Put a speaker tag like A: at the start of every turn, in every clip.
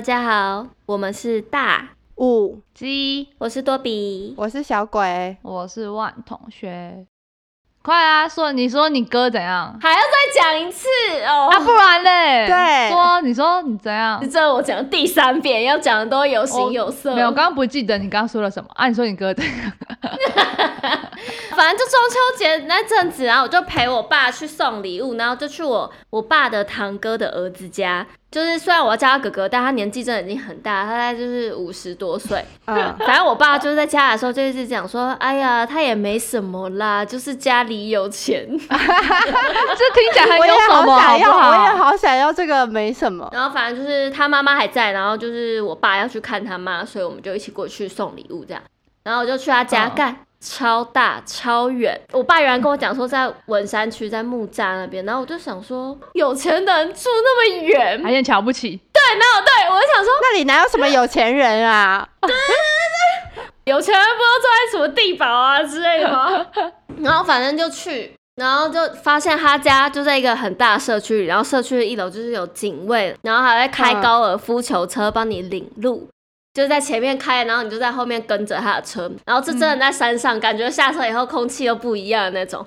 A: 家好，我们是大，
B: 五，
C: 鸡，
A: 我是多比。
B: 我是小 鬼。
C: 我是万同学。快啊，说你说你哥怎样？
A: 还要再讲一次哦！
C: 啊，不然嘞？
B: 对
C: 说你说你怎样
A: 你？这我讲第三遍，要讲的都有形哦有色。
C: 没有，我刚刚不记得你刚刚说了什么啊？你说你 哥怎样？
A: 反正就中秋节那阵子，然后我就陪我爸去送礼物，然后就去我我爸的堂哥的儿子家。就是虽然我叫他哥哥，但他年纪真的已经很大，他大概就是五十多岁。
B: 嗯，
A: 反正我爸就是在家的时候就一直讲说：“哎呀，他也没什么啦，就是家里有钱。
C: 这听起来很
B: 我也
C: 有什
B: 好
C: 么，
B: 想
C: 好不
B: 要，我也
C: 好？
B: 好想要这个，没什么”。
A: 然后反正就是他妈妈还在，然后就是我爸要去看他妈，所以我们就一起过去送礼物这样。然后我就去他家
C: 嗯
A: 干。超大超远，我爸原来跟我讲说在文山区，在木栅那边，然后我就想说有钱人住那么远，
C: 还有点瞧不起。
A: 对，没有对，我就想说
B: 那里哪有什么有钱人啊？
A: 有钱人不都住在什么地堡啊之类的吗？ 然后反正就去，然后就发现他家就在一个很大的社区里，然后社区的一楼就是有警卫，然后还会开
B: 嗯
A: 高尔夫球车帮你领路。就在前面开，然后你就在后面跟着他的车，然后这真的在山上，感觉下车以后空气又不一样的那 种。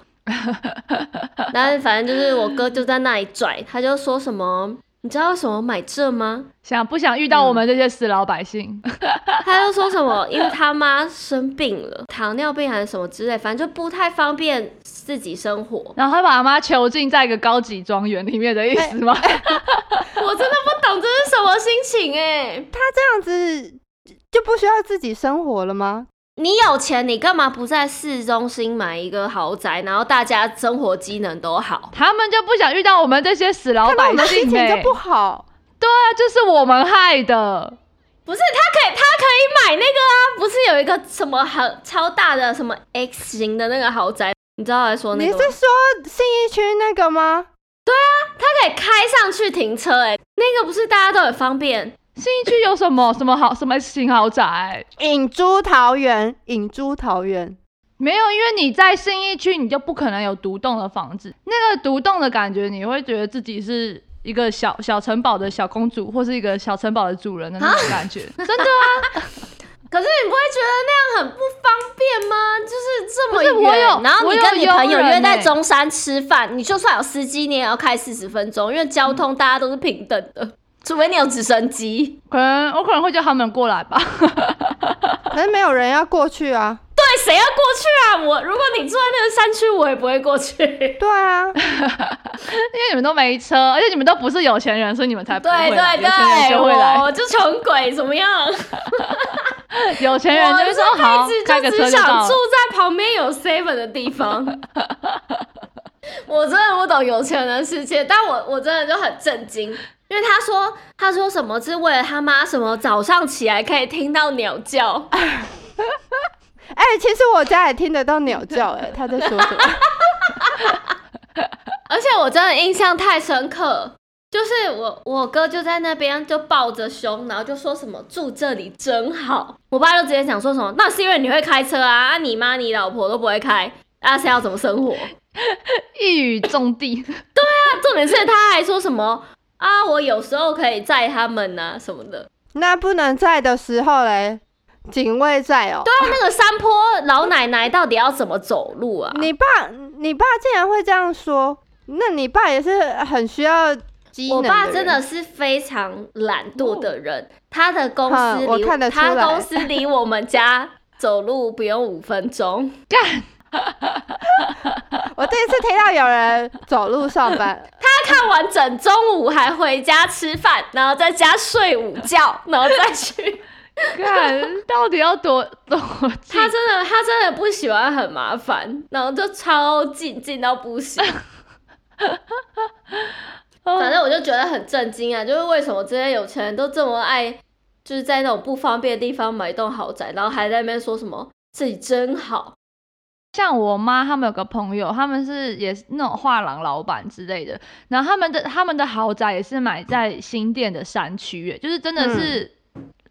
A: 但是反正就是我哥就在那里拽，他就说什么，你知道为什么买这吗？
C: 想不想遇到我们这些死老百姓？。
B: 嗯
A: 他又说什么？因为他妈生病了， 糖尿病还是什么之类，反正就不太方便自己生活
C: 然后他把他妈囚禁在一个高级庄园里面的意思
B: 哎
C: 吗？
A: 我真的不懂这是什么心情哎、
B: 这样子就不需要自己生活了吗？
A: 你有钱，你干嘛不在市中心买一个豪宅，然后大家生活机能都好？
C: 他们就不想遇到我们这些死老
B: 看到
C: 百
B: 我们心
C: 姓、
B: 情就
C: 欸。
B: 不好。
C: 对啊，就是我们害的。
A: 不是他可以，他可以买那个啊，不是有一个什么很超大的什么 X 型的那个豪宅，你知道我在
C: 哦
A: 说那
B: 你
A: 个
B: 是
A: 吗？
B: 说信义区那个吗？
A: 他可以开上去停车哎、那个不是大家都很方便？
C: 信义区有什么什么好什么新豪宅？
B: 引珠桃园，引珠桃园。
C: 没有，因为你在信义区，你就不可能有独栋的房子。那个独栋的感觉，你会觉得自己是一个小小城堡的小公主，或是一个小城堡的主人的那种感觉。真的啊，
A: 可是你不会觉得那样很不方便吗？就是这么
C: 不是我
A: 远，
C: 有
A: 然后
C: 我
A: 你
C: 有
A: 跟你朋友
C: 佣人
A: 约在
C: 欸
A: 中山吃饭，你就算有司机，你也要开四十分钟，因为交通大家都是平等的， 除非你有直升机。
C: 可能我可能会叫他们过来吧。
B: 可是没有人要过去啊。
A: 对，哎谁要过去啊？我如果你住在那个山区，我也不会过去。对
B: 对啊，
C: 因为你们都没车，而且你们都不是有钱人，所以你们 才不会来。
A: 对
C: 有钱人
A: 对，
C: 就会来
A: 我，我就穷鬼，怎么样？
C: 有钱人
A: 我
C: 就
A: 这
C: 会说好，开
A: 辈
C: 个
A: 子
C: 车
A: 只
C: 就到
A: 想
C: 了
A: 住。在旁边有 seven 的地 方。我真的不懂有钱人的世界，但我我真的就很震惊，因为他说他说什么是为了他妈什么早上起来可以听到鸟叫，
B: 哎、其实我家也听得到鸟叫、哎，他在说什么？
A: 而且我真的印象太深刻。就是我，我哥就在那边就抱着胸，然后就说什么住这里真好。我爸就直接讲说什么，那是因为你会开车啊，啊你妈你老婆都不会开，啊谁要怎么生活？
C: 一语中的，
A: 重点是他还说什么啊？我有时候可以载他们呐、什么的。
B: 那不能在的时候嘞，警卫在哦、
A: 对啊，那个山坡老奶奶到底要怎么走路啊？
B: 你爸，你爸竟然会这样说，那你爸也是很需要机能
A: 我
B: 人
A: 爸真的是非常懒惰的人，他的公司
B: 哼我
A: 离
B: 看得出
A: 他
B: 来
A: 公司离我们家走路不用五分钟。
B: 我第一次听到有人走路上 班，
A: 他看完整中午还回家吃饭，然后在家睡午觉，然后再去。
C: 看到底要多 多近
A: 他真的他真的不喜欢很麻烦，然后就超近近到不 行。
C: 哦
A: 反正我就觉得很震惊啊，就是为什么这些有钱人都这么爱，就是在那种不方便的地方买一栋豪宅，然后还在那边说什么自己真好，
C: 像我妈他们有个朋友，他们是也是那种画廊老板之类的，然后他们的他们的豪宅也是买在新店的山区耶，就是真的是。
A: 嗯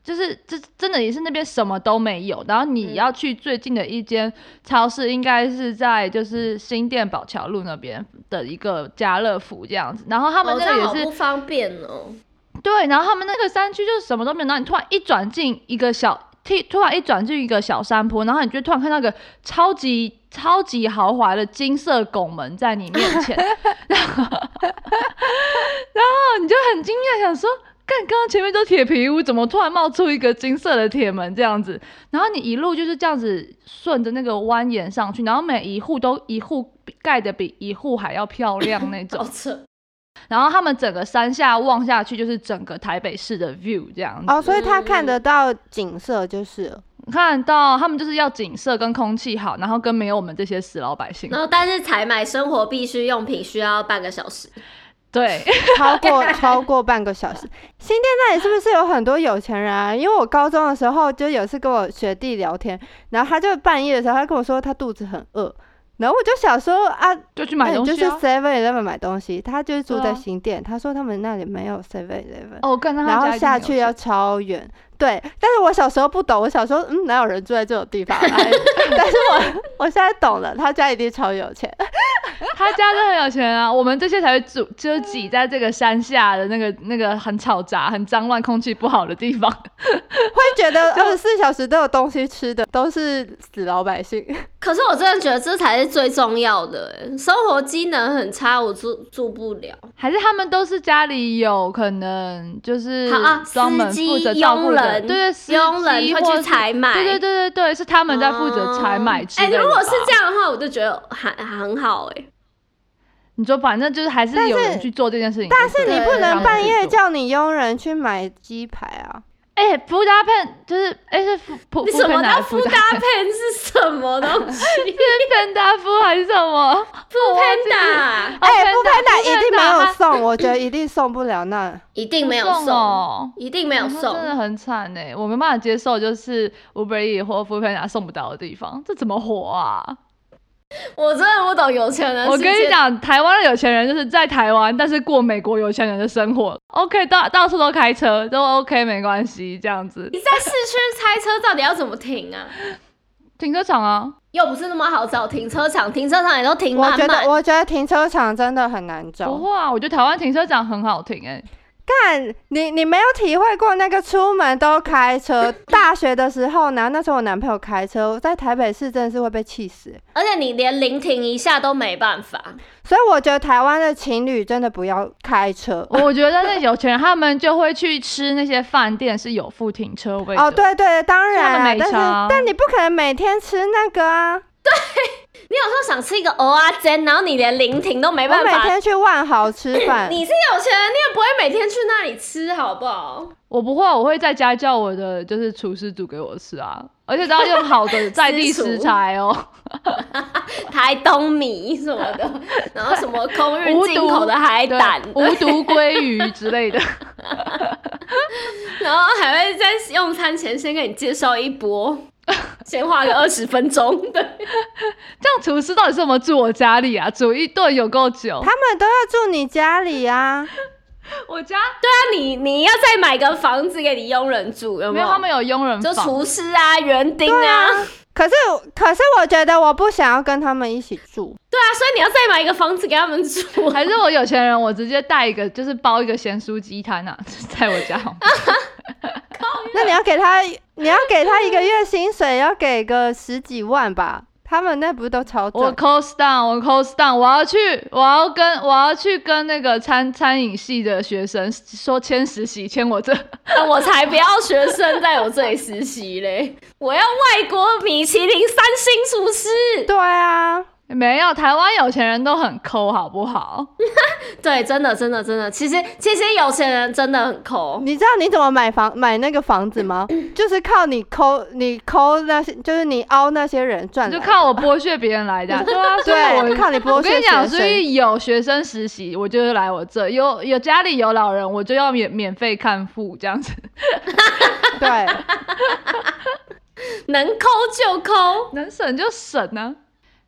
C: 就是这真的也是那边什么都没有，然后
A: 嗯
C: 你要去最近的一间超市，应该是在就是新店宝桥路那边的一个家乐福这样子。然后他们
A: 哦这
C: 那
A: 样
C: 里也
A: 好
C: 是
A: 不方便哦。
C: 对，然后他们那个山区就是什么都没有，然后你突然一转进一个小，突突然一转进一个小山坡，然后你就突然看到一个超级超级豪华的金色拱门在你面前，然后然后你就很惊讶，想说。干，刚刚前面都铁皮屋，怎么突然冒出一个金色的铁门这样子？然后你一路就是这样子顺着那个蜿蜒上去，然后每一户都一户比盖的比一户还要漂亮那 种
A: 好。扯，
C: 然后他们整个山下望下去，就是整个台北市的 view 这样子。
B: 哦，所以他看得到景色就是了。
C: 看到他们就是要景色跟空气好，然后跟没有我们这些死老百姓
A: 然。后但是采买生活必需用品需要半个小时，
C: 对，
B: 超 过超过半个小时。新店那里是不是有很多有钱人啊？因为我高中的时候就有次跟我学弟聊天，然后他就半夜的时候，他跟我说他肚子很饿，然后我就想说啊，
C: 就去
B: 那
C: 买
B: 你
C: 东
B: 就
C: 西、
B: 去
C: 啊。
B: Seven Eleven 买东西，他就是住
C: 对
B: 在
C: 啊
B: 新店，他说他们那里没有 Seven Eleven。
C: 哦，干，那他
B: 然
C: 家
B: 后下
C: 一定没有
B: 去啊要
C: 车
B: 超远，对。但是我小时候不懂，我小时候嗯，哪有人住在这种地方啊？ 哎但是我我现在懂了，他家一定超有钱。
C: 他家真的很有钱啊，我们这些才会住，就挤在这个山下的那个那个很吵杂、很脏乱、空气不好的地方。
B: 会觉得二十四小时都有东西吃的，都是死老百姓。
A: 可是我真的觉得这才是最重要的欸，生活机能很差，我住住不了。
C: 还是他们都是家里有可能就是
A: 好啊，司
C: 专门
A: 机、
C: 负责照顾
A: 佣
C: 的，
A: 人，
C: 对对，司
A: 佣人
C: 机
A: 会
C: 或
A: 去
C: 是
A: 采买，
C: 对对对对对，是他们在负责采买
A: 哦
C: 之
A: 哎、
C: 类的吧。
A: 如果是这样的话，我就觉得还还很好哎、
C: 你说反正就是还是有
B: 但是
C: 人去做这件事情就对
B: 但
C: 了，
B: 是你
A: 对
B: 不能
A: 对
B: 半夜
C: 对
B: 叫你佣人去买鸡排啊！
C: 哎、福达片就是哎、是福普
A: 你什么
C: 达
A: 叫夫搭配 是什么东西？
C: 是芬达夫还是什 么？
A: 富 Panda
C: 哦
B: 哎，不拍奶
C: Panda，
B: 一定没
C: Panda，
B: 有
C: 它
B: 送，我 觉得一定送不了那。
A: 一定没有
C: 不哦。
A: 一定没有
C: 他
A: 送。
C: 真的很惨哎、我没办法接受，就是 Uber E 或 f o o p a n d 送不到的地方，这怎么活啊？
A: 我真的不懂有钱人。
C: 我跟你，讲，台湾的有钱人就是在台湾，但是过美国有钱人的生活，OK，到到处都开车都 OK，没关系，这样子
A: 你在市区开车到底要怎么停啊？
C: 停车场啊，
A: 又不是那么好找停车场，停车场也都停
B: 我
A: 满
B: 觉得，
A: 满。
B: 我觉得停车场真的很难
C: 不
B: 找。
C: 会啊，我觉得台湾停车场很好停哎、
B: 干，你你没有体会过那个出门都开车。大学的时候呢，然后那时候我男朋友开车，我在台北市真的是会被气死。
A: 而且你连临停一下都没办法。
B: 所以我觉得台湾的情侣真的不要开车。
C: 我觉得那有钱人他们就会去吃那些饭店是有附停车位的
B: 哦，，对对，当然
C: 他
B: 啊、
C: 们没
B: 但是
C: 差
B: 但你不可能每天吃那个啊。
A: 你有时候想吃一个蚵仔煎，然后你连临停都没
B: 我
A: 办
B: 每
A: 法。
B: 天去万豪吃饭，
A: 你是有钱人，你也不会每天去那里吃，好不好？
C: 我不会，我会在家叫我的就是厨师煮给我吃啊，而且都要用好的在地
A: 私厨
C: 食材哦。
A: 台东米什么 的，然后什么空运
C: 无毒
A: 进口的海
C: 对
A: 胆，
C: 无毒鲑鱼之类的。
A: 然后还会在用餐前先给你介绍一波， 先花个二十分钟。 对，
C: 这样厨师到底是怎么住我家里啊？煮一顿有够久
B: 他。们都要住你家里啊。
C: 我家
A: 那你你要再买个房子给你佣人住，有
C: 没
A: 没
C: 有，
A: 有？
C: 他们有佣人
A: 就
C: 房。
A: 厨师啊、园丁啊，对啊
B: 可是，可是我觉得我不想要跟他们一起住。
A: 啊所以你要再买一个房子给他们住。
C: 还是我有钱人，我直接带一个，就是包一个咸酥鸡摊啊， 在我家旁边。
B: 那你要给他，你要给他一个月薪水，要给个十几万吧？他们那不是都超
C: 我
B: 赚？
C: cost down，我 cost down，我要去，我要跟我要去跟那个餐餐饮系的学生说签实习，签我这。
A: 我才不要学生在我这里实习 嘞，我要外国米其林三星厨师。
B: 对啊，
C: 没有，台湾有钱人都很抠，好不好？
A: 对，真的，真的，真的，其实其实有钱人真的很抠。
B: 你知道你怎么买房买那个房 子吗？就是靠你抠你抠那些，就是你凹那些人赚来
C: 就
B: 的。
C: 靠我剥削别人来的啊、对啊，所以我
B: 对，靠你剥
C: 我跟
B: 削
C: 你讲，
B: 学
C: 所
B: 生。
C: 以有学生实习，我就是来我这；有有家里有老人，我就要免免费看护这 样子，
B: 对，
A: 能抠就抠，
C: 能省就省呢、啊。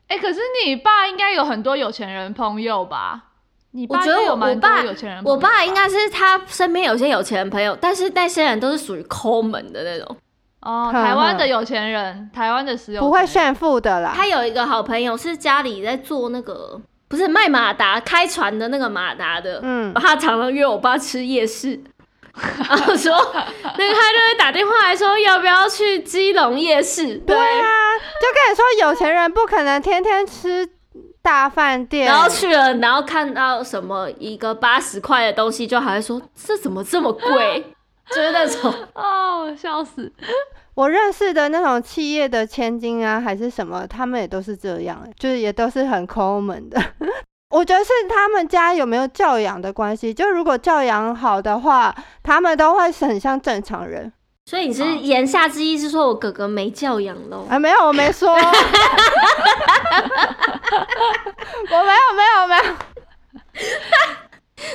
C: 哎、可是你爸应该有很多有钱人朋友吧？你
A: 我
C: 爸
A: 觉得
C: 应该
A: 我
C: 有
A: 我
C: 蛮多
A: 爸
C: 有钱人朋
A: 我
C: 友吧
A: 爸应该是他身边有些有钱朋友，但是那些人都是属于抠门的那种。
C: 哦，
B: 呵
C: 台湾
B: 呵
C: 的有钱人，台湾的石油
B: 不会炫富的啦。
A: 他有一个好朋友是家里在做那个，不是卖马达开船的那个马达的，
B: 嗯
A: 然 后他常常约我爸吃夜市。然后说那个他就会打电话来说要不要去基隆夜市，对，
B: 啊就跟你说，有钱人不可能天天吃大饭店，
A: 然后去了，然后看到什么一个八十块的东西，就还会说这怎么这么贵， 就是那种
C: 哦，笑死！
B: 我认识的那种企业的千金啊，还是什么，他们也都是这样、就是也都是很抠门的。 我觉得是他们家有没有教养的关系，就如果教养好的话，他们都会很像正常人。
A: 所以你是言下之意是说我哥哥没教养喽？
B: 啊，没有，我没说， 我没有，没有，没有。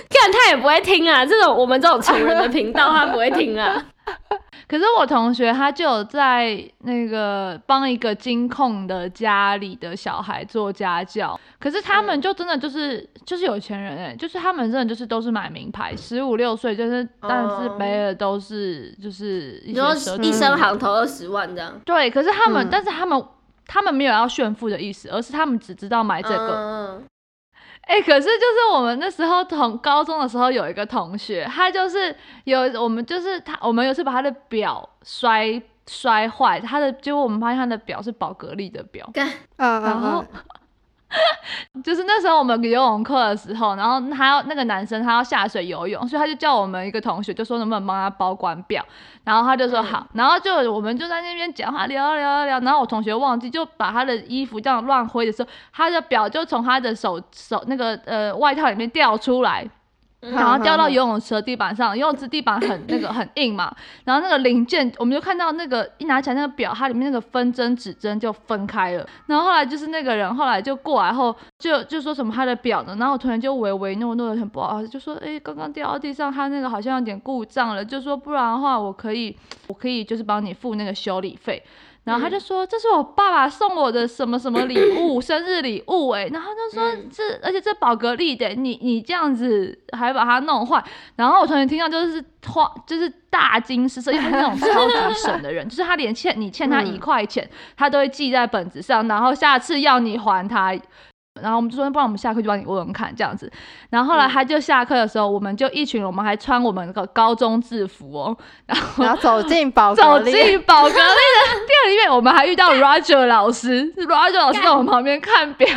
A: 看他也不会听啊，这种我们这种穷人的频道他不会听啊。
C: 可是我同学他就有在那个帮一个金控的家里的小孩做家教，可是他们就真的就是、就是有钱人哎、就是他们真的就是都是买名牌，十五六岁就是，但是
A: 哦
C: 背的都是就是
A: 你
C: 一些
A: 说
C: 奢侈
A: 一
C: 品
A: 生行头二十万这样，
C: 对，可是他们，
B: 嗯
C: 但是他们，他们没有要炫富的意思，而是他们只知道买这个。
A: 嗯
C: 哎、可是就是我们那时候同高中的时候有一个同学，他就是有我们就是他，我们有一次把他的表摔摔坏，他的结果我们发现他的表是宝格丽的表。
B: 嗯
C: 然后
B: 嗯，
C: 就是那时候我们游泳课的时候，然后他要那个男生他要下水游泳，所以他就叫我们一个同学，就说能不能帮他保管表，然后他就说
A: 嗯
C: 好，然后就我们就在那边讲话聊啊聊啊聊，然后我同学忘记就把他的衣服这样乱挥的时候，他的表就从他的手手那个呃外套里面掉出来，
A: 嗯
C: 然后掉
B: 好
C: 到
B: 好
C: 游泳池的地板上，游泳池地板很那个很硬嘛，然后那个零件我们就看到那个一拿起来那个表，它里面那个分针指针就分开了，然后后来就是那个人后来就过来后就就说什么他的表呢，然后我突然就唯唯诺诺的很不好意思，就说诶，刚刚掉到地上，他那个好像有点故障了，就说不然的话我可以我可以就是帮你付那个修理费，然后他就说：“这是我爸爸送我的什么什么礼 物，生日礼物哎、然后他就说：“
A: 嗯
C: 这而且这宝格丽的，你你这样子还把它弄坏。”然后我同学听到就是花就是大惊失色，因为他是那种超级省的人，就是他连欠你欠他一
B: 嗯
C: 块钱，他都会记在本子上，然后下次要你还他。然后我们就说，不然我们下课就帮你问问看这样子。然后后来
A: 嗯
C: 他就下课的时候，我们就一群人，我们还穿我们那个高中制服哦，
B: 然后走进宝格
C: 走
B: 丽，
C: 进宝格丽的店里面，我们还遇到 Roger 老师，Roger 老师在我们旁边看表，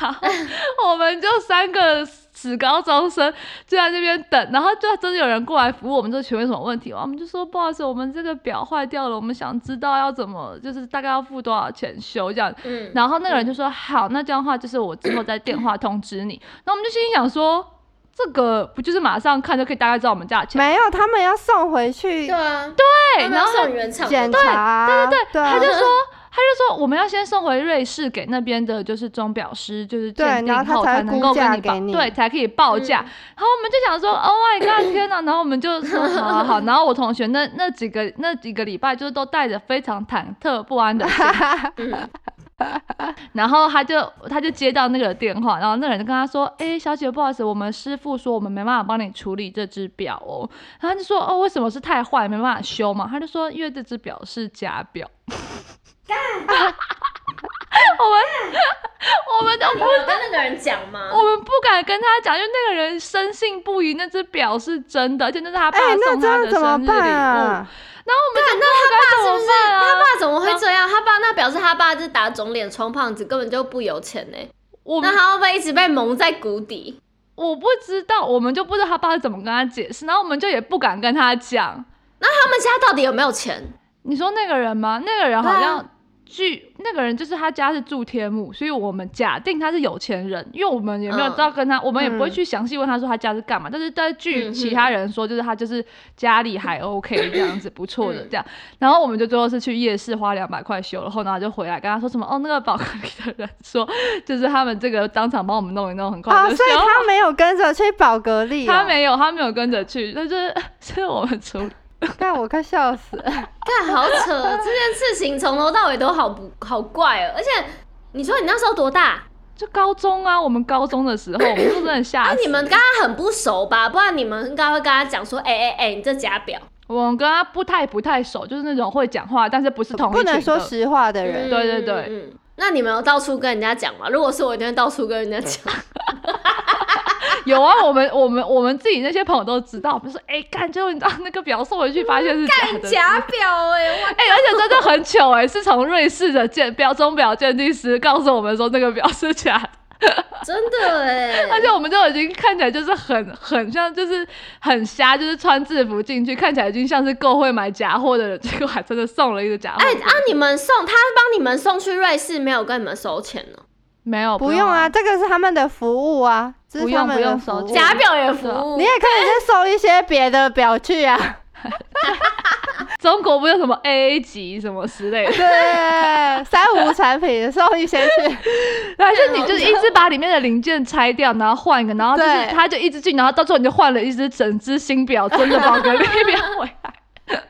C: 然后我们就三个死高中生就在那边等，然后就真的有人过来服务我们，就询问有什么问题嘛，我们就说不好意思，我们这个表坏掉了，我们想知道要怎么，就是大概要付多少钱修这样，
A: 嗯，
C: 然后那个人就说：“好，那这样的话就是我之后再电话通知你。”然后我们就心里想说：“这个不就是马上看就可以大概知道我们价钱？”
B: 没有，他们要送回去
A: 对啊，
C: 对，然后
A: 送原厂
B: 检查，对对对，对啊
C: 他就说，他就说我们要先送回瑞士给那边的，就是钟表师，就是
B: 对
C: 鉴定
B: 然后他
C: 后
B: 才
C: 才
B: 会
C: 能
B: 估
C: 够跟
B: 价
C: 你报，
B: 给你
C: 对，才可以报价。然后我们就想说，Oh my god，天哪！然后我们就说， 好好好。然后我同学那那几个那几个礼拜，就是都带着非常忐忑不安的心
A: 嗯。
C: 然后他就他就接到那个电话，然后那个人就跟他说：“哎、小姐，不好意思，我们师傅说我们没办法帮你处理这只表哦。”然后他就说：“哦，为什么是太坏，没办法修嘛？”他就说：“因为这只表是假表。” 我们我们都
A: 你有啊跟那个人讲吗？
C: 我们不敢跟他讲，因为那个人深信不疑，那只表是真的，而且那是他爸
B: 哎，那
C: 啊送
B: 这
C: 他的
B: 样怎么
C: 生日礼
B: 办
C: 物。
B: 啊？
C: 然后我们就
A: 他爸是
C: 不
A: 不
C: 知
A: 是
C: 道该怎么办
A: 他
C: 啊！
A: 爸怎么会这样？他爸那表示他爸是打肿脸充胖子，根本就不有钱呢、
C: 我
A: 那
C: 们
A: 他会不会一直被蒙在鼓底？
C: 我不知道，我们就不知道他爸是怎么跟他解释，然后我们就也不敢跟他讲。
A: 那他们家到底有没有钱？
C: 你说那个人吗？那个人好
A: 对
C: 像据那个人就是他家是住天母，所以我们假定他是有钱人，因为我们也没有
A: 嗯
C: 知道跟他，我们也不会
B: 嗯
C: 去详细问他说他家是干嘛，但是但是据
A: 嗯
C: 其
A: 嗯
C: 他人说，就是他就是家里还 OK 这样子，不错的
A: 嗯
C: 这样。然后我们就最后是去夜市花两百块修了，后然后就回来跟他说什么哦，那个宝格丽的人说就是他们这个当场帮我们弄一弄，很快
B: 啊，
C: 就
B: 所以
C: 修好
B: 他没有跟着去宝格丽哦，
C: 他没有，他没有跟着去，但是是我们处理。
B: 干，我快笑死了。
A: 看，好扯！这件事情从头到尾都好不好怪哦、而且你说你那时候多大？
C: 就高中啊，我们高中的时候，我们就真的吓
A: 啊，
C: 死。
A: 你们跟他很不熟吧？不然你们应该会跟他讲说，哎哎哎，你这假表。
C: 我们跟他不太不太熟，就是那种会讲话，但是不是同一
B: 不能
C: 群
B: 说
C: 的
B: 实话的人，
C: 对对对
A: 嗯。嗯那你们有到处跟人家讲吗？如果是我，一定会到处跟人家讲。
C: 有啊，我们我们我们自己那些朋友都知道，我们说哎，干、就你知道那个表送回去发现是假的。
A: 假表哎、哇，
C: 哎、而且真的很糗哎、是从瑞士的鉴表钟表鉴定师告诉我们说那个表是假的，
A: 真的哎、
C: 而且我们都已经看起来就是很很像，就是很瞎，就是穿制服进去，看起来已经像是够会买假货的人，结果还真的送了一个假货。
A: 哎、啊！你们送他帮你们送去瑞士，没有跟你们收钱哦呢？
C: 没有，
B: 不用啊，，这个是他们的服务啊，这是
C: 不用
B: 他们
C: 不用
B: 的
C: 收
B: 服务。
C: 假
A: 假表也服务
B: 你也可以再收一些别的表去啊，
C: 中国不是有什么 AA 级什么之类的，
B: 对，三无产品收一些去。
C: 还是你就是一直把里面的零件拆掉，然后换一个，然后就是
B: 对
C: 它就一直进，然后到最后你就换了一只整只新表，真的宝格丽 表回来。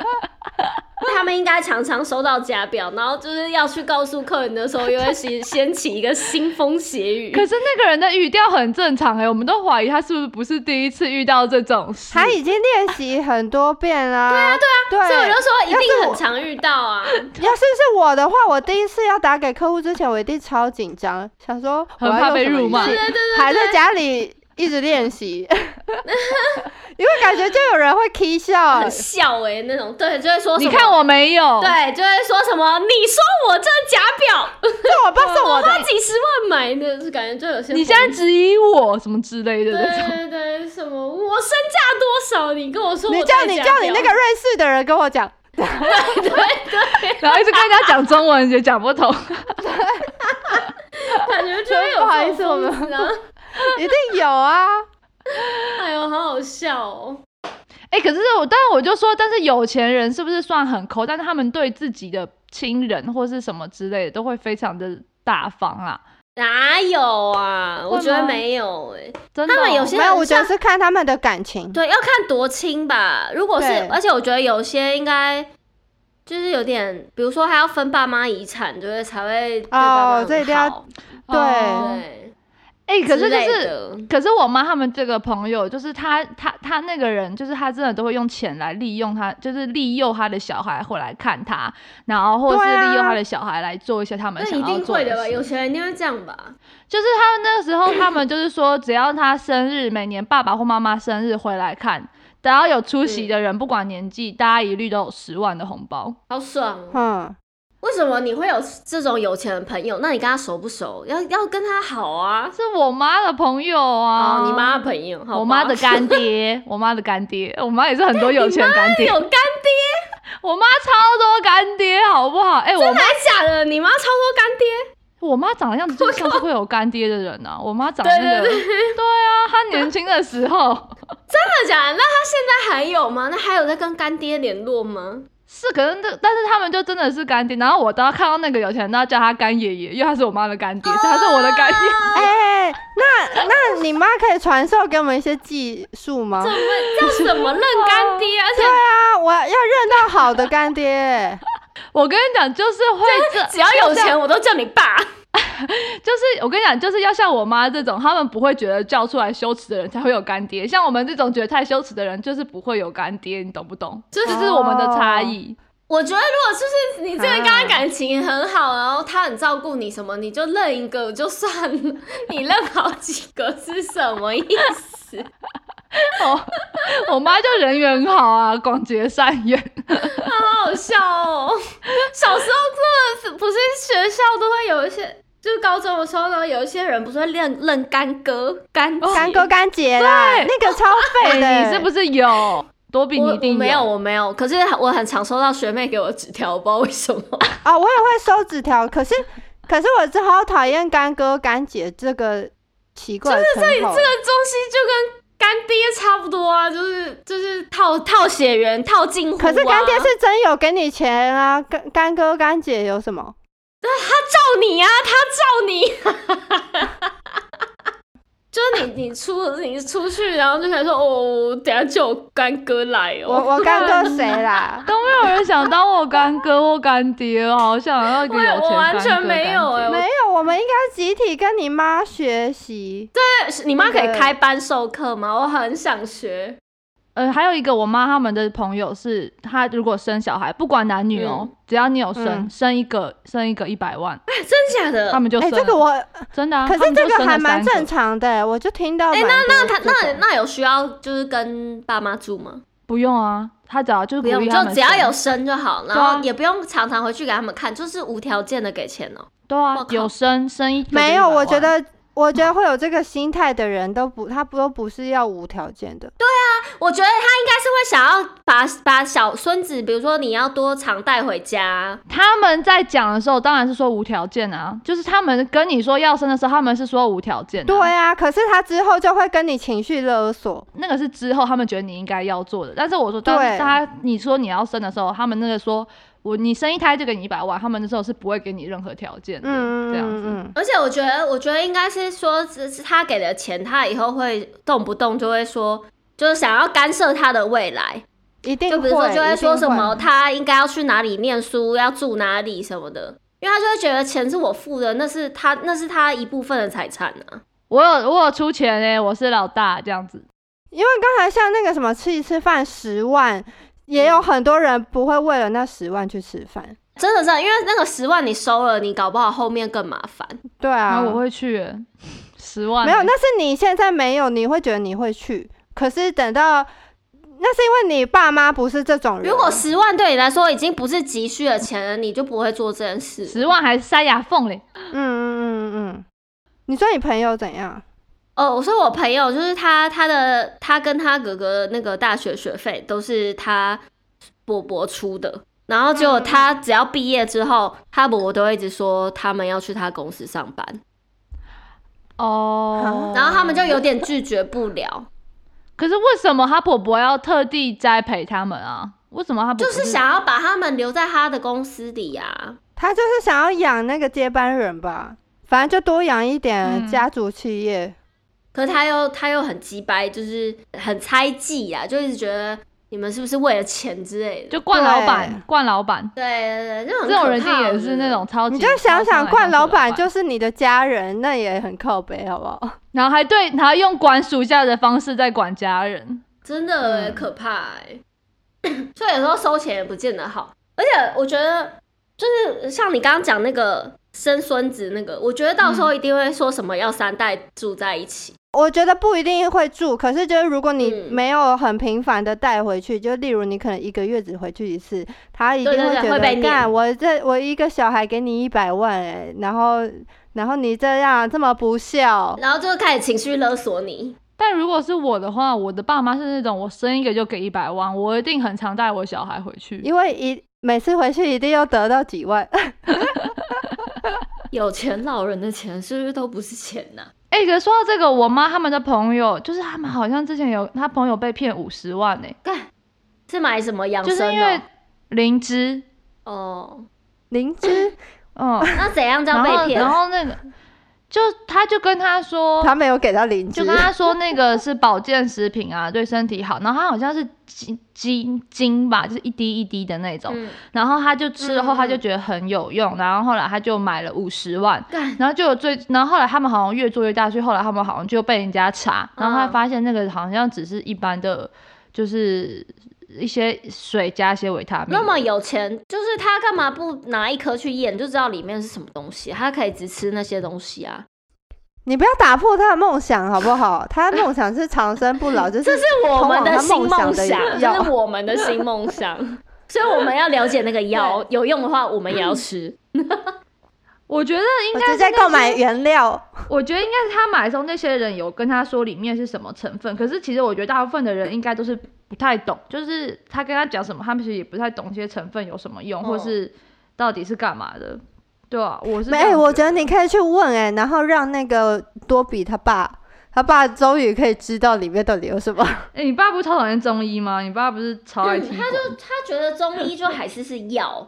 A: 他们应该常常收到假表，然后就是要去告诉客人的时候，又会掀掀起一个腥风血雨。
C: 可是那个人的语调很正常哎、我们都怀疑他是不是不是第一次遇到这种事。
B: 他已经练习很多遍啦。对啊，对
A: 所以我就说一
B: 要是
A: 定
B: 我
A: 很常遇到啊，
B: 要是是我的话，我第一次要打给客户之前，我一定超紧张，想说我
C: 很
B: 要
C: 怕
B: 用
C: 被
B: 什么
C: 辱
B: 语
C: 骂
B: 气
A: 对对对
B: 还在家里一直练习，因为感觉就有人会 k 笑
A: 很。笑哎、那种，对，就会说什
C: 你
A: 么
C: 看我没
B: 哦
C: 有，
A: 对，就会说什么你说我这假 表，
B: 这我爸送我
A: 我
B: 的，
A: 花几十万买的，就感觉就有些
C: 你现在
A: 疯
C: 质疑我什么之类的那种。
A: 对对对，什么我身价多少？你跟我说我
B: 你
A: 这
B: 叫
A: 假表，
B: 你叫你那个瑞士的人跟我 讲，
C: 然后一直跟人家讲中文也讲 不通，
A: 感觉就会有
B: 不好意思
A: 这种疯子啊
B: 一定有啊。
A: 哎呦，好好笑哦！
C: 哎、可是我，但我就说，但是有钱人是不是算很抠？但是他们对自己的亲人或是什么之类的，都会非常的大方啊，
A: 哪有啊？我
C: 会
A: 觉得
C: 吗
A: 没有
B: 嗯
A: 哎、
C: 真的哦、
A: 他们有些
B: 没有，我觉得
A: 像
B: 是看他们的感情。
A: 对，要看多轻吧。如果是
B: 对，
A: 而且我觉得有些应该就是有点，比如说他要分爸妈遗产，就是才会对爸妈
B: 哦这一定
A: 很
B: 要
A: 好。
B: 对
C: 哦
A: 对，
C: 哎、可是
A: 之
C: 就
A: 类
C: 是。
A: 的
C: 可是我妈他们这个朋友，就是他他他那个人，就是他真的都会用钱来利用他，就是利诱他的小孩回来看他，然后或是
B: 对啊
C: 利诱他的小孩来做一些他们
A: 那
C: 想
A: 一
C: 要
A: 定
C: 做
A: 会
C: 的
A: 的吧？
C: 事。
A: 有钱人一定会这样吧？
C: 就是他们那个时候，他们就是说，只要他生日，每年爸爸或妈妈生日回来看，只要有出席的人，不管年纪，大家一律都有十万的红包。
A: 好爽哦！
B: 嗯，
A: 为什么你会有这种有钱的朋友？那你跟他熟不熟？要要跟他好啊！
C: 是我妈的朋友
A: 哦，
C: 啊，
A: 你妈的朋友，好吧
C: 我妈的 干爹，我妈的干爹，我妈也是很多有钱干爹
A: 有，干爹，
C: 我妈超多干爹，好不好？哎、我妈
A: 太假了！你妈超多干爹，
C: 我妈长得样子就像是会有干爹的人啊，我妈长得那个，
A: 对对
C: 对啊，她年轻的时候。
A: 真的假的？那他现在还有吗？那还有在跟干爹联络吗？
C: 是，可是这但是他们就真的是干爹。然后我当看到那个有钱人，都要叫他干爷爷，因为他是我妈的干
A: 啊
C: 爹，所以他是我的干爹。
B: 哎、那那你妈可以传授给我们一些技术吗？
A: 怎么要怎么认干
C: 哦
A: 爹？而且
B: 对啊，我要认到好的干 爹。
C: 我跟你讲，就是会这，
A: 只要有钱，我都叫你爸。
C: 就是我跟你讲，就是要像我妈这种，他们不会觉得叫出来羞耻的人才会有干爹。像我们这种觉得太羞耻的人，就是不会有干爹，你懂不懂？这就是我们的差异。
A: 我觉得如果就是你真的跟
B: 啊
A: 他感情很好，然后他很照顾你什么，你就认一个就算了，你认好几个是什么意思？
C: 哦， 我妈就人缘很好啊，广结善缘。
A: 好好笑哦！小时候真的是不是学校都会有一些，就是高中的时候呢，有一些人不是会认认干哥、干姐
B: 哦干哥干姐啦，
C: 对
B: 那个超废的、
C: 哎，你是不是有？多比
A: 我
C: 你一
A: 我
C: 定
A: 没有，我没有，可是我很常收到学妹给我的纸条，我不知道为什么。
B: 啊、我也会收纸条，可是可是我真好讨厌干哥干姐这个奇怪的
A: 这
B: 称号。
A: 个东西就跟干爹差不多啊，就是就是套套血缘、套近乎、啊。
B: 可是干爹是真有给你钱啊，干干哥干姐有什么？
A: 照你啊，他照你。 就是你，你出你出去，然后就可以说哦，等下就有干哥来
B: 我
A: 哦。
B: 我干哥谁 啦？
C: 都没有人想当我干哥或干爹，我好想要一个有钱
A: 我我完全
C: 干哥
A: 没有哎
C: 干姐
A: 我
B: 没有，我们应该集体跟你妈学习。
A: 对，你妈可以
B: 那个
A: 开班授课吗？我很想学。
C: 呃，还有一个我妈他们的朋友是，她如果生小孩，不管男女哦，只要你有生、
B: 嗯
C: 生一个，生一个一百万，
A: 哎真假的？
C: 他们就
B: 哎、
C: 生了。
B: 这个我，
C: 真的、啊，
B: 可
C: 他
B: 是
C: 们就
B: 这个
C: 生了
B: 还蛮
C: 三个
B: 正常的，我就听到蛮
A: 哎、
B: 多
A: 那
B: 这种。
A: 那他那那有需要就是跟爸妈住吗？
C: 不用啊，他只要就是
A: 不
C: 鼓
A: 用，
C: 励他
A: 就
C: 们
A: 只要
C: 生
A: 有生就好，然
C: 对啊
A: 后也不用常常回去给他们看，就是无条件的给钱哦、
C: 对啊
A: 我，靠
C: 有生生一个就
B: 没有，
C: 100万
B: 我觉得。我觉得会有这个心态的人都不，他不都不是要无条件的。
A: 我觉得他应该是会想要把把小孙子，比如说你要多常带回家，
C: 他们在讲的时候，当然是说无条件啊，就是他们跟你说要生的时候，他们是说无条件、啊，
B: 对，啊，可是他之后就会跟你情绪勒索。
C: 那个是之后他们觉得你应该要做的。但是我说，当
B: 对
C: 他你说你要生的时候，他们那个说我你生一胎就给你一百万，他们那时候是不会给你任何条件的，
B: 嗯，
C: 这样子。
B: 嗯嗯
A: 而且我觉得，我觉得应该是说，是是他给的钱，他以后会动不动就会说，就是想要干涉他的未来，
B: 一定
A: 就比如说
B: 会
A: 就
B: 一
A: 会说
B: 定
A: 什么
B: 会
A: 他应该要去哪里念书，要住哪里什么的，因为他就会觉得钱是我付的，那是他那是他一部分的财产啊。
C: 我有我有出钱哎、我是老大这样子。
B: 因为刚才像那个什么吃一次饭十万，
A: 嗯
B: 也有很多人不会为了那十万去吃饭。
A: 真的是，因为那个十万你收了，你搞不好后面更麻烦。
B: 对啊，
C: 然后我会去欸十、万
B: 没有，
C: 欸
B: 那是你现在没有，你会觉得你会去，可是等到那是因为你爸妈不是这种人。
A: 如果十万对你来说已经不是急需的钱了，你就不会做这件事。
C: 十万还是塞牙缝嘞。
B: 嗯嗯嗯嗯，你说你朋友怎样？
A: 哦，我说我朋友就是他，他的他跟他哥哥那个大学学费都是他伯伯出的，然后结果他
C: 嗯
A: 只要毕业之后，他伯伯都会一直说他们要去他公司上班，
C: 哦，
B: 啊
A: 然后他们就有点拒绝不了，
C: 可是为什么他婆婆要特地栽培他们啊？为什么他不
A: 就是想要把他们留在他的公司里啊呀、
B: 他就是想要养那个接班人吧，反正就多养一点
C: 嗯
B: 家族企业。
A: 可他又他又很鸡掰，就是很猜忌呀、就一直觉得你们是不是为了钱之类的。
C: 就惯老
B: 对
C: 板？惯老板
A: 对对对，就很
C: 这种
A: 可
C: 人
A: 怕
C: 竟也
A: 我
C: 是
A: 觉
C: 那
A: 得
C: 种超级，
B: 你就
A: 哦
B: 想想，冠
C: 惯
B: 老板就是你的家人，那也很靠北，好不好？
C: 然后还对，然后用管属下的方式在管家人。
A: 真的欸
C: 嗯
A: 可怕哎、所以有时候收钱也不见得好，而且我觉得就是像你刚刚讲那个生孙子那个，我觉得到时候一定会说什么要三代住在一起，
B: 我觉得不一定会住，可是就是如果你
A: 嗯
B: 没有很频繁的带回去，就例如你可能一个月只回去一次，他一定
A: 对对对
B: 觉
A: 会被
B: 得
A: 念
B: 干我这我一个小孩给你一百万哎、然后然后你这样这么不孝，
A: 然后就开始情绪勒索你。
C: 但如果是我的话，我的爸妈是那种我生一个就给一百万，我一定很常带我小孩回去。
B: 因为一每次回去一定要得到几万，
A: 有钱老人的钱是不是都不是钱呐、
C: 哎、可是说到这个，我妈他们的朋友，就是他们好像之前有他朋友被骗五十万呢、
A: 是买什么养
C: 就
A: 生、
C: 是因
B: 哦
C: 为灵芝，
A: 哦，
B: 灵芝
C: 嗯，
A: 那怎样叫
C: 然
A: 被
C: 后
A: 骗
C: 然？后那个就他就跟他说，
B: 他没有给到灵芝
C: 就，跟他说那个是保健食品啊， 对身体好。然后他好像是金金金吧，就是一滴一滴的那种。
A: 嗯，
C: 然后他就吃了
A: 嗯
C: 后，
A: 嗯
C: 他就觉得很有用。然后后来他就买了五十万。
A: 干
C: 然后就有最，然后后来他们好像越做越大，所以后来他们好像就被人家查，然后他
A: 嗯
C: 发现那个好像只是一般的，就是一些水加一些维他命。
A: 那么有钱，就是他干嘛不拿一颗去验，就知道里面是什么东西？他可以只吃那些东西啊。
B: 你不要打破他的梦想好不好？他的梦想是长生不 老，就是
A: 这是我们的新梦
B: 通往他
A: 想，
B: 梦想的药
A: 这是我们的新梦想。 所以我们要了解那个药有用的话，我们也要吃。
C: 我觉得应
B: 我
C: 该
B: 直
C: 是
B: 接
C: 那
B: 购
C: 些
B: 买原料。
C: 我觉得应该是他买的时候，那些人有跟他说里面是什么成分，可是其实我觉得大部分的人应该都是不太懂，就是他跟他讲什么，他们其实也不太懂这些成分有什么用，
A: 嗯
C: 或是到底是干嘛的，对啊，我是
B: 没、
C: 这样
B: 哎，我觉
C: 得
B: 得你可以去问哎、然后让那个多比他爸，他爸终于可以知道里面到底 有什么。
C: 哎、你爸不是超讨厌中医吗？你爸不是超爱踢馆、
A: 他就他觉得中医就还是是药，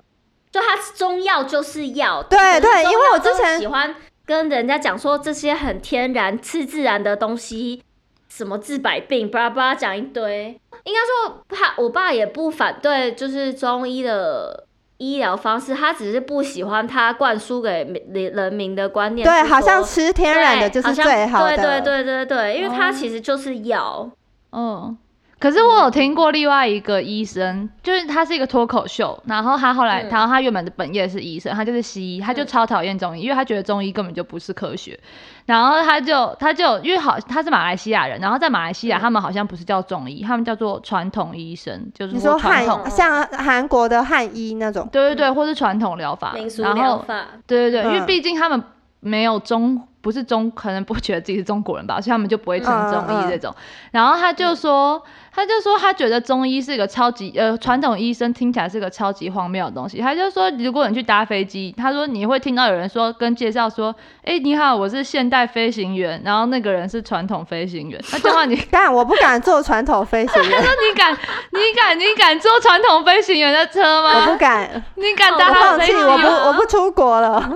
A: 就他中药就是药。
B: 对
A: 可是
B: 对
A: 中
B: 因为我
A: 药都
B: 之前
A: 喜欢跟人家讲说这些很天然、次自然的东西，什么治百病，巴拉巴拉讲一堆。应该说他我爸也不反对，就是中医的。医疗方式，他只是不喜欢他灌输给人人民的观念。
B: 对，
A: 是
B: 好像
A: 说
B: 吃天然的
A: 对
B: 就是
A: 像
B: 最好的。
A: 对对对对对，因为它
C: 哦
A: 其实就是药。
C: 嗯，可是我有听过另外一个医生，就是他是一个脱口秀，然后他后来，
A: 嗯
C: 然后他原本的本业是医生，他就是西医，他就
A: 嗯
C: 超讨厌中医，因为他觉得中医根本就不是科学。然后他就他就因为好他是马来西亚人，然后在马来西亚
A: 嗯
C: 他们好像不是叫中医，他们叫做传统医生，就是
B: 你说
C: 传统
B: 汉像韩国的汉医那种，
C: 对对对，或是传统疗法，
A: 民俗
C: 哦然
A: 疗
C: 后
A: 法，
C: 对对对，因为
B: 嗯
C: 毕竟他们没有中，不是中，可能不觉得自己是中国人吧，所以他们就不会称
B: 嗯嗯
C: 中医
B: 嗯
C: 这种。然后他就说，他就说他觉得中医是一个超级呃传统医生听起来是个超级荒谬的东西。他就说，如果你去搭飞机，他说你会听到有人说跟介绍说，哎、你好，我是现代飞行员，然后那个人是传统飞行员，那这样的话你
B: 但我不敢坐传统飞行 员，
C: 你敢你敢你敢坐传统飞行员的车
B: 我不
C: 吗？
B: 敢，
C: 你敢
B: 我
C: 搭他
B: 放
C: 的飞
B: 弃，
C: 机
A: 啊
B: 我不
C: 吗
B: 我不出国了。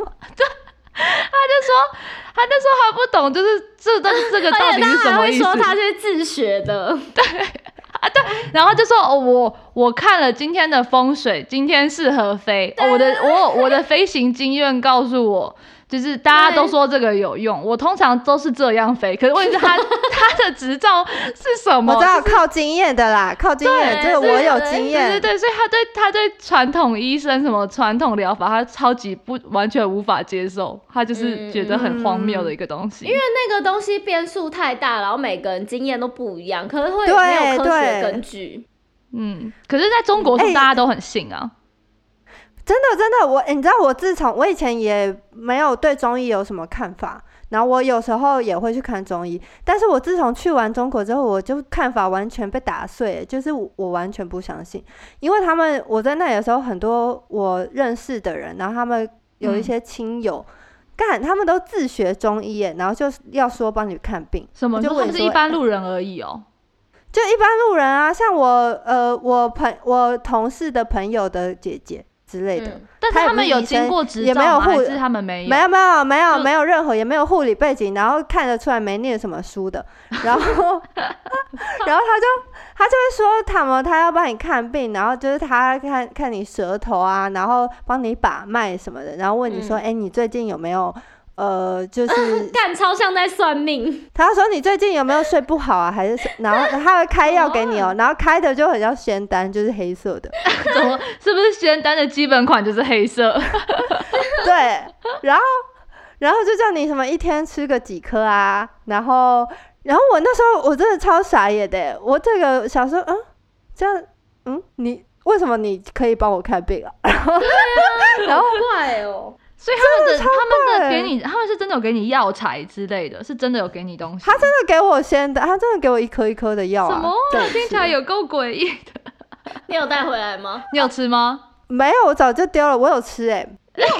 C: 他就说，他就说他不懂，就是这到这个 到
A: 而且
C: 底是
A: 他
C: 什
A: 还
C: 么
A: 会
C: 意
A: 说他
C: 思？
A: 是自学的，
C: 然后就说哦，我我看了今天的风水，今天适合飞。哦、我的我我的飞行经验告诉我，就是大家都说这个有用。我通常都是这样飞，可是问题 是他他的执照是什么？
B: 我知道靠经验的啦，靠经验，
A: 对
B: 这个我有
A: 对
B: 经
C: 对对
B: 验。
C: 对，所以他对他对传统医生什么传统疗法，他超级不完全无法接受，他就是
A: 嗯
C: 觉得很荒谬
B: 嗯
C: 的一个东西。
A: 那个东西变数太大，然后每个人经验都不一样，可能会
B: 对
A: 没有科学
B: 对
A: 根据。
C: 嗯，可是在中国是
B: 哎
C: 大家都很信啊。
B: 真的真的，我你知道，我自从我以前也没有对中医有什么看法，然后我有时候也会去看中医，但是我自从去完中国之后，我就看法完全被打碎，就是我我完全不相信，因为他们我在那里的时候，很多我认识的人，然后他们有一
C: 嗯
B: 些亲友。干，他们都自学中医耶，然后就要说帮你看病，
C: 什么？
B: 我
C: 你
B: 就
C: 说他
B: 问
C: 们是
B: 说
C: 一般路人而已 哦。
B: 就一般路人啊，像我呃，我朋我同事的朋友的姐姐之类的，
A: 嗯
C: 但是
B: 他也
C: 他
B: 不
C: 们
B: 是
C: 有
B: 医
C: 经
B: 生
C: 过执
B: 也
C: 照
B: 没有
C: 吗？还
B: 护
C: 是他们没有？
B: 没有没有没有
C: 就
B: 没有任何也没有护理背景，然后看得出来没念什么书的，然后然后他就他就会说他们他要帮你看病，然后就是他看看你舌头啊，然后帮你把脉什么的，然后问你说，
A: 嗯
B: 哎、你最近有没有呃，就是
A: 干超像在算命，
B: 他说你最近有没有睡不好啊？还是什然后他会开药给你哦、然后开的就很像仙丹，就是黑色的。
C: 怎么？是不是仙丹的基本款就是黑 色？
B: 对，然后然后就叫你什么一天吃个几颗啊，然后然后我那时候我真的超傻眼的，我这个想说，嗯，这样，嗯，你为什么你可以帮我看病啊？然后
A: 好怪哦、
C: 所以他们的他们的
B: 怪
C: 给你，他们是真的有给你药材之类的，是真的有给你东 西。
B: 他真的给我先的，他真的给我一颗一颗的药啊，
C: 什么啊？
B: 对
C: 听起来有够诡异 的。
A: 你有带回来吗？
C: 你有吃吗？
B: 没有？我早就丢了，我有吃哎、
C: 你干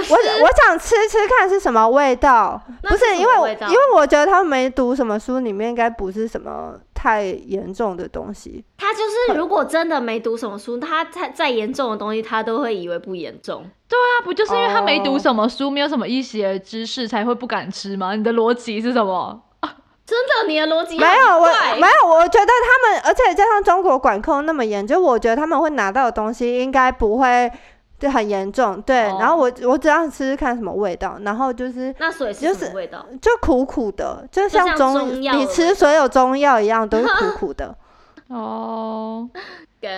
C: 嘛？
B: 我我想吃吃看是什么味道，
A: 那
B: 不
A: 是
B: 是
A: 什
B: 因
A: 么
B: 为我
A: 味道
B: 因为我觉得他们没读什么书，里面应该不是什么太严重的东西。
A: 他就是如果真的没读什么书，他再再严重的东西，他都会以为不严重。
C: 那啊不就是因为他没读
B: 哦
C: 什么书，没有什么医学知识，才会不敢吃吗？你的逻辑是什么？
A: 真的，你的逻辑
B: 没有，我
A: 很怪
B: 没有，我觉得他们，而且加上中国管控那么严，就我觉得他们会拿到的东西应该不会就很严重，对。
C: 哦
B: 然后我我只想吃吃看什么味道，然后就是
A: 那水是什么味道？
B: 就苦苦的，就像
A: 像
B: 中
A: 中药的
B: 你
A: 味道
B: 吃所有中药一样都是苦 苦的。
C: 哦，
A: 跟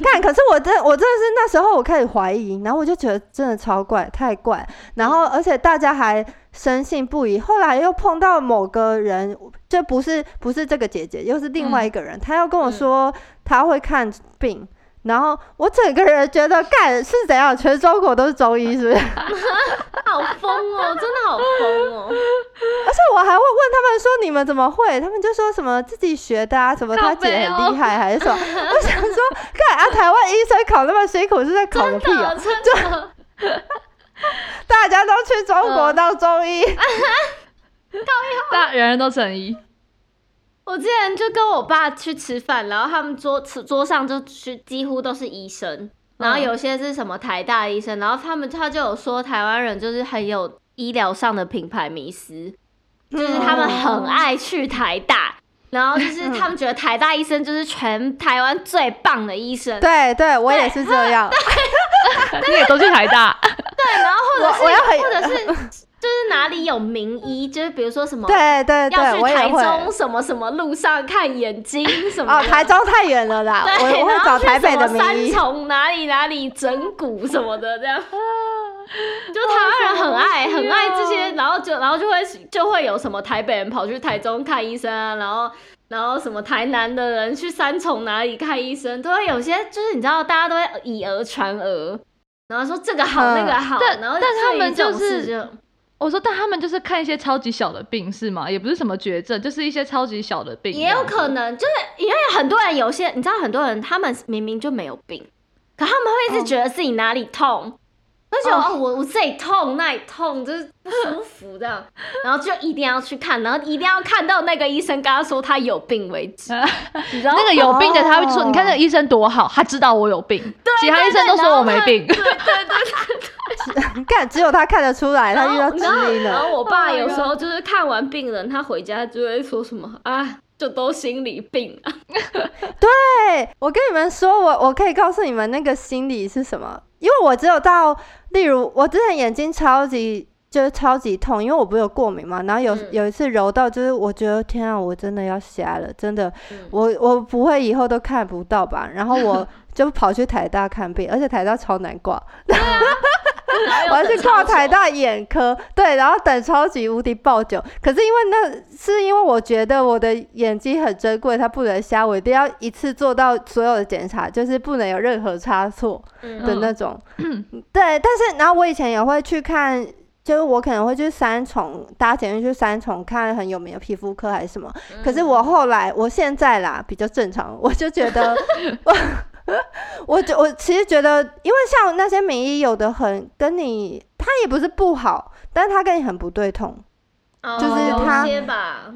B: 看，可是我真我真的是那时候我开始怀疑，然后我就觉得真的超怪，太怪。然后
C: 嗯
B: 而且大家还深信不疑。后来又碰到某个人，就不是不是这个姐姐，又是另
C: 嗯
B: 外一个人，他要跟我说他会看病。然后我整个人觉得，干是怎样？全中国都是中医，是不是？ 而
A: 好疯哦、真的好疯 哦、
B: 且我还会问他们说你们怎么会？他们就说什么自己学的啊，什么他
C: 靠背
B: 姐
C: 哦
B: 很厉害还是什么？ 我想说，干啊，台湾医生考那么辛苦是在考个屁
A: 真
B: 啊！
A: 的真的。
B: 大家都去中国
A: 嗯
B: 当中医，
C: 大人人都成 医。
A: 我之前就跟我爸去吃饭，然后他们桌吃桌上就去几乎都是医生，然
B: 嗯
A: 后有些是什么台大医生，然后他们他就有说台湾人就是很有医疗上的品牌迷思，
B: 嗯
A: 就是他们很爱去台大，然后就是他们觉得台大医生就是全台湾最棒的医生，
B: 对对，我也是这样。
C: 啊你也都去台大，
A: 对，然后或者是
B: 我我要很
A: 或者是就是哪里有名医，就是比如说什么
B: 对对
A: 要
B: 呃对，
A: 去
B: 我也
A: 台
B: 会。
A: 中什么什么路上看眼 睛什么
B: 哦，
A: 的
B: 台中太远了啦，我
A: 对，
B: 我会
A: 然后
B: 找
A: 去
B: 台
A: 什
B: 北
A: 么
B: 的名
A: 三
B: 医。
A: 重哪里哪里整骨什么的这 样，就台湾人很爱很爱这些，
B: 哦
A: 然后就然后就会就会有什么台北人跑去台中看医生啊，然后然后什么台南的人去三重哪里看医生，都会有些就是你知道大家都会以讹传讹，然后说这个好、
B: 嗯
A: 那个好，
C: 但
A: 然后
C: 但他
A: 对于
C: 们
A: 这种
C: 就是
A: 事就
C: 我说，但他们就是看一些超级小的病是吗？也不是什么绝症，就是一些超级小的病这
A: 也有
C: 样子，
A: 可能，就是因为很多人有些，你知道，很多人他们明明就没有病，可他们会一直觉得自己哪里痛，而且、
C: 哦
A: 哦、我我这里痛那里痛，就是不舒服这样， 然后就一定要去看，然后一定要看到那个医生跟他说他有病为 止，你知道吗
C: 那个有病的他会说，
B: 哦
C: 你看那个医生多好，他知道我有病，其他医生都说我没病。
B: 干，只有他看得出来，他遇到
A: 你知道
B: 知音
A: 然
B: 了。
A: 后我爸
C: Oh my
A: 有时候就是看完病人，他回家就会说什么啊，就都心理病啊，
B: 对，我跟你们说，我我可以告诉你们那个心理是什么，因为我只有到，例如我之前眼睛超级就是超级痛，因为我不是有过敏嘛，然后有、
A: 嗯
B: 有一次揉到，就是我觉得天啊，我真的要瞎了，真的
A: 嗯，
B: 我我不会以后都看不到吧？然后我就跑去台大看病，而且台大超难挂，
A: 然后又
B: 我要去
A: 等超
B: 挂
A: 久
B: 台大眼科，对，然后等超级无敌爆久。可是因为那是因为我觉得我的眼睛很珍贵，它不能瞎，我一定要一次做到所有的检查，就是不能有任何差错
A: 嗯
B: 的那种。对，但是然后我以前也会去看。就是我可能会去三重搭捷运去三重看很有名的皮肤科还是什么，
A: 嗯
B: 可是我后来，我现在啦比较正常， 我就 觉得我。我觉我其实觉得，因为像那些名医有的很跟你，他也不是不好，但是他跟你很不对痛。
A: 哦
B: 就是他
A: 有一些吧，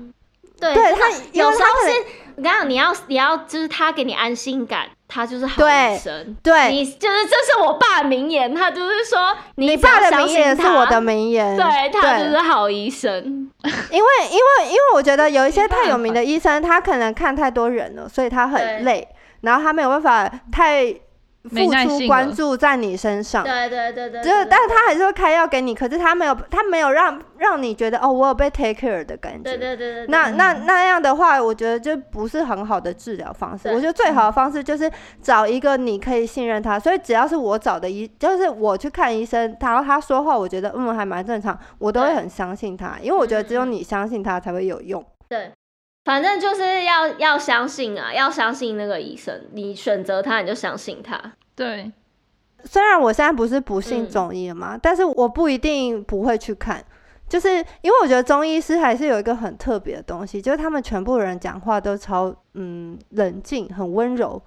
A: 对
B: 对
A: 真的
B: 他因
A: 有
B: 为
A: 时
B: 他可
A: 候
B: 能
A: 是我跟你讲，你要你要就是他给你安心感，他就是好
B: 对
A: 医生。
B: 对，
A: 你就是这是我爸的名言，他就是说你
B: 你
A: 只要
B: 爸的
A: 相
B: 名言
A: 信
B: 是我
A: 他
B: 的，名言，
A: 对他
B: 对
A: 就是好医生。
B: 因为因为因为我觉得有一些
C: 没办
B: 太有名
C: 法
B: 的医生，他可能看太多人了，所以他
A: 对
B: 很累，然后他没有办法太
C: 没
B: 付
C: 耐
B: 出
C: 心
B: 关
C: 了
B: 注在你身上。
A: 对对对对，
B: 嗯就是，
A: 对
B: 但是他还是会开药给你，可是他没有，他没有让让你觉得哦，我有被 take care 的感觉。
A: 对嗯对对对，
B: 那
A: 对
B: 那那样的话，我觉得就不是很好的治疗方式。
A: 对
B: 我觉得最好的方式就是找一个你可以信任他，所以只要是我找的医，就是我去看医生，然后他说话，我觉得嗯还蛮正常，我都会
A: 对
B: 很相信他，因为我觉得只有
A: 嗯嗯
B: 你相信他才会有用。
A: 反正就是要要相信啊，要相信那个医生，你选择他你就相信他。
C: 对，
B: 虽然我现在不是不信
A: 嗯
B: 中医了嘛，但是我不一定不会去看，就是因为我觉得中医师还是有一个很特别的东西，就是他们全部人讲话都超嗯冷静，很温柔。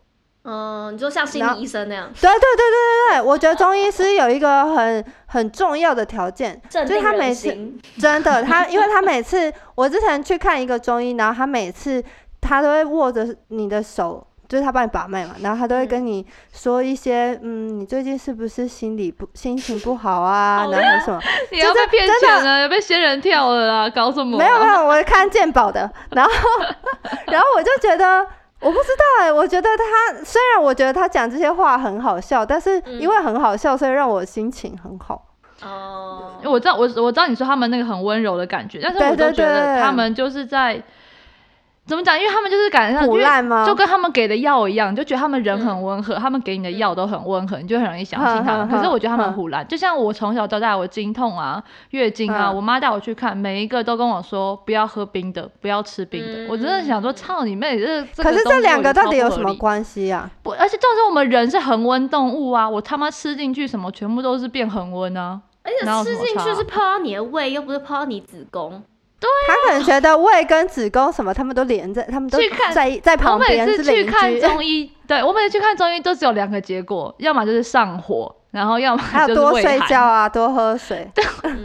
A: 嗯，你就像心
B: 然
A: 理
B: 后
A: 医生那样，
B: 对对对对对对，我觉得中医师有一个很很重要的条件，
A: 镇
B: 就是
A: 定
B: 他每
A: 人
B: 次
A: 心。
B: 真的，他因为他每次我之前去看一个中医，然后他每次他都会握着你的手，就是他帮你把脉嘛，然后他都会跟你说一些，嗯，你最近是不是心理不心情不好啊，
A: 好
B: 然后还有什么？
C: 你要被骗钱了，要被仙人跳了啦，搞什么啊？
B: 没有没有，我看鉴宝 的，然后然后我就觉得。我不知道哎、我觉得他虽然我觉得他讲这些话很好笑，但是因为很好笑，所以让我心情很好。
A: 哦，
C: 我知道，我我知道你说他们那个很温柔的感觉，但是
B: 对
C: 我都
B: 对
C: 觉得
B: 对
C: 他们就是在怎么讲？因为他们就是感觉上，
B: 苦
C: 嗯因为
B: 烂吗？
C: 就跟他们给的药一样，你就觉得他们人很温
B: 嗯
C: 和，他们给你的药都很温和，你就很容易相信他
B: 哼哼
C: 们。
B: 哼
C: 可是我觉得他们
B: 哼
C: 胡乱，就像我从小到大，我经痛啊、月经啊，
B: 嗯
C: 我妈带我去看，每一个都跟我说不要喝冰的，不要吃冰的。
A: 嗯
C: 我真的想说，操你妹！这这个
B: 可是这两个
C: 东西
B: 到
C: 我觉得
B: 底有
C: 超
B: 什
C: 不合
B: 么
C: 理？
B: 关系啊？
C: 不，而且就是我们人是恒温动物啊，我他妈吃进去什么，全部都是变恒温啊。
A: 而
C: 哪有
A: 且
C: 什
A: 吃
C: 么
A: 进
C: 差
A: 去是泡到你的胃，又不是泡到你子宫。
B: 他可能觉得胃跟子宫什么，他们都连在，他们都
C: 去看
B: 在在旁
C: 我每
B: 边
C: 次
B: 是
C: 去
B: 邻
C: 看
B: 居。
C: 中医，对我每次去看中医都只有两个结果，要么就是上火，然后要么
B: 还
C: 就
B: 有
C: 是
B: 多
C: 胃
B: 睡
C: 寒
B: 觉啊，多喝水，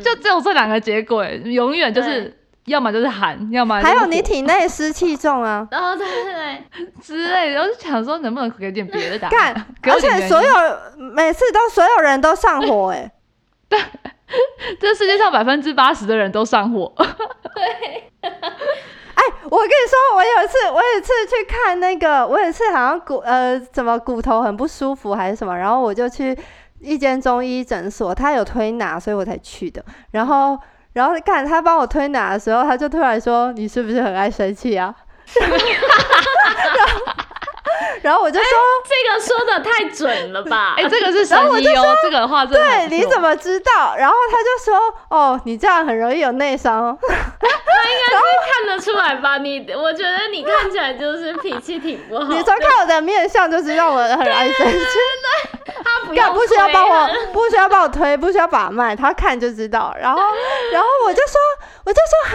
C: 就只有这两个结果，永远就是要么就是寒，要么就是
B: 还有
C: 火
B: 你体内湿气重 啊。
A: 哦，对对对，
C: 之类的。我就想说，能不能啊给点别的答
B: 干
C: 案？给我
B: 而
C: 点原
B: 且
C: 因
B: 所有每次都所有人都上火哎、
C: 这世界上百分之八十的人都上火，
B: 哎，我跟你说，我有一次，我有一次去看那个，我有一次好像骨呃怎么骨头很不舒服还是什么，然后我就去一间中医诊所，他有推拿，所以我才去的。然后 然后看他帮我推拿的时候，他就突然说：“你是不是很爱生气啊？” 然后然后我就说：“
A: 这个说的太准了 吧？
C: 哎、这个是神医哦，这个话真的
B: 对，
C: 很不
B: 你
C: 错
B: 怎么知道？”然后他就说：“哦，你这样很容易有内伤哦。
A: 看得出来吧？你，我觉得你看起来就是脾气挺 不好”
B: 你从看我的面相就知道我很爱生气。
A: 他不
B: 干
A: 要啊
B: 不需要
A: 推
B: 帮
A: 了
B: 我，不需要帮我推，不需要把脉，他看就知道。然后， 然后我就说，我就说哈，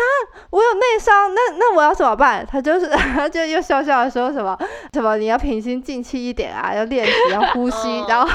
B: 我有内伤，那那我要怎么办？他就是 他就又笑笑的说什么什么你要平心静气一点啊，要练习，要呼吸
A: 哦，
B: 然后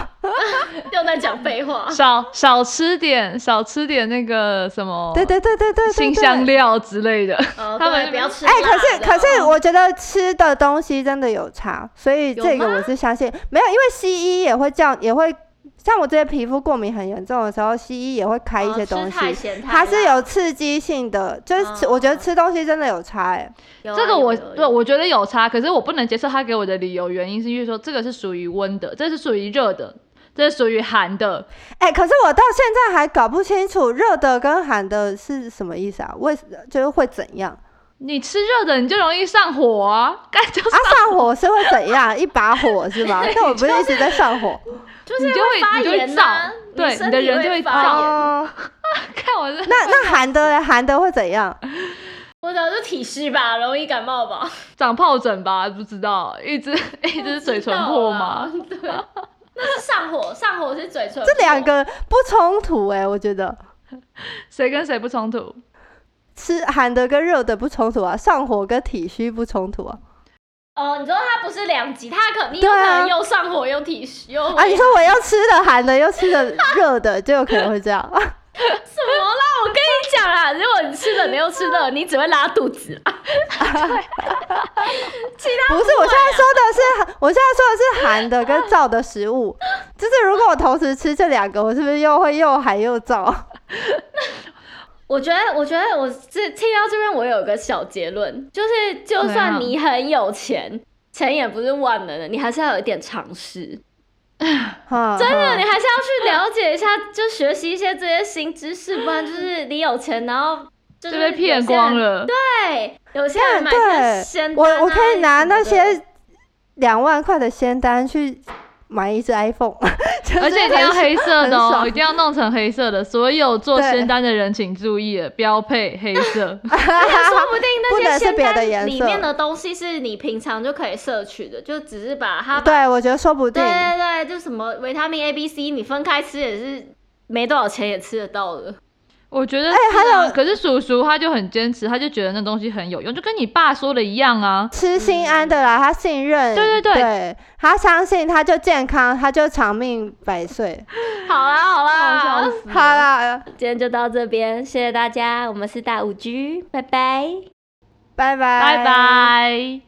A: 又在讲废话。
C: 少少吃点，少吃点那个什么，
B: 对对对对对对，
C: 辛
B: 对
C: 香。料之类的。
A: 哦
C: 他们
A: 对不要吃
B: 哎
A: 辣，的。
B: 可是可是，我觉得吃的东西真的有差，所以
A: 有
B: 这个
A: 吗
B: 我是相信。没有，因为西医也会叫，也会像我这些皮肤过敏很严重的时候，西医也会开一
A: 哦
B: 些
A: 吃
B: 东西。
A: 太咸太
B: 它是
A: 辣
B: 有刺激性的，就是吃、我觉得
A: 嗯
B: 吃东西真的有差、欸。
A: 有啊
C: 这个
A: 有
C: 我
A: 有
C: 对
A: 有
C: 我觉得有差，可是我不能接受他给我的理由，原因是因为说这个是属于温的，这是属于热的，这是属于寒的。
B: 哎、可是我到现在还搞不清楚热的跟寒的是什么意思啊？为什就是会怎样？
C: 你吃热的你就容易上火啊，干就是
B: 啊，上火是会怎样？一把火是 吧？但我不是一直在上火
A: 就是
C: 你就会
A: 发
C: 你就会
A: 炎呐
C: 燥
A: 你
C: 对
A: 身
C: 你的
A: 体
C: 人就会
A: 会
C: 发
A: 发
C: 炎
A: 炎，
B: 哦。
C: 看我这
B: 那那寒的嘞寒的会怎样？
A: 我早就体虚吧，容易感冒 吧，
C: 长疱疹吧，不知道一只一只嘴唇 破吗？
A: 知道啦？啊对，那是上火，上火是嘴唇破。
B: 这两个不冲突哎、我觉得
C: 谁跟谁不冲突？
B: 吃寒的跟热的不冲突啊，上火跟体虚不冲突啊。
A: 哦，你知道它不是两极，它可你有
B: 对
A: 可
B: 啊
A: 能又上火又体虚又
B: 啊，你说我又吃了寒的，又吃了热的，就有可能会这样。
A: 什么啦？我跟你讲啦，如果你吃冷的又吃热，你只会拉肚子啊啦。其他
B: 不是，我现在说的是，我现在说的是寒的跟燥的食物。 就是如果我同时吃这两个，我是不是又会又寒又燥？
A: 我觉得，我觉得我这听到这边，我有个小结论，就是就
C: 怎样
A: 算你很有钱，钱也不是万能的，你还是要有一点常识。
B: 哈，
A: 真的，你
B: 哈
A: 还是要去了解一下，就学习一些这些新知识，不然就是你有钱，然后就
C: 就是被骗光。了。
A: 对，有些人
B: 看，
A: 买个
B: 对
A: 仙，
B: 我
A: 丹啊
B: 我可以拿那
A: 什么的
B: 些两万块的仙丹去买一只 iPhone，就是
C: 而且一定要
B: 很
C: 黑色的
B: 很
C: 哦，
B: 爽
C: 一定要弄成黑色的。所有做
B: 对
C: 仙丹的人请注意了，标配黑色。
A: 而且啊 说不定
B: 不能
A: 那
B: 是
A: 些仙
B: 别的
A: 丹
B: 颜
A: 里
B: 色
A: 面的东西是你平常就可以摄取的，就只是把它把
B: 对，我觉得说不定
A: 对。对对，就什么维他命 A、B、C，你分开吃也是没多少钱也吃得到的。
C: 我觉得是、啊，
B: 哎还有
C: 可是叔叔他就很坚持，他就觉得那东西很有用，就跟你爸说的一样啊。
B: 吃心安的啦，他信任，
C: 对对对
B: 他相信他就健康，他就长命百岁。
A: 好啦好
C: 好
A: 啦
C: 笑，死
B: 好啦，
A: 今天就到这边，谢谢大家，我们是大五 G，拜拜。
B: 拜拜，
C: 拜拜。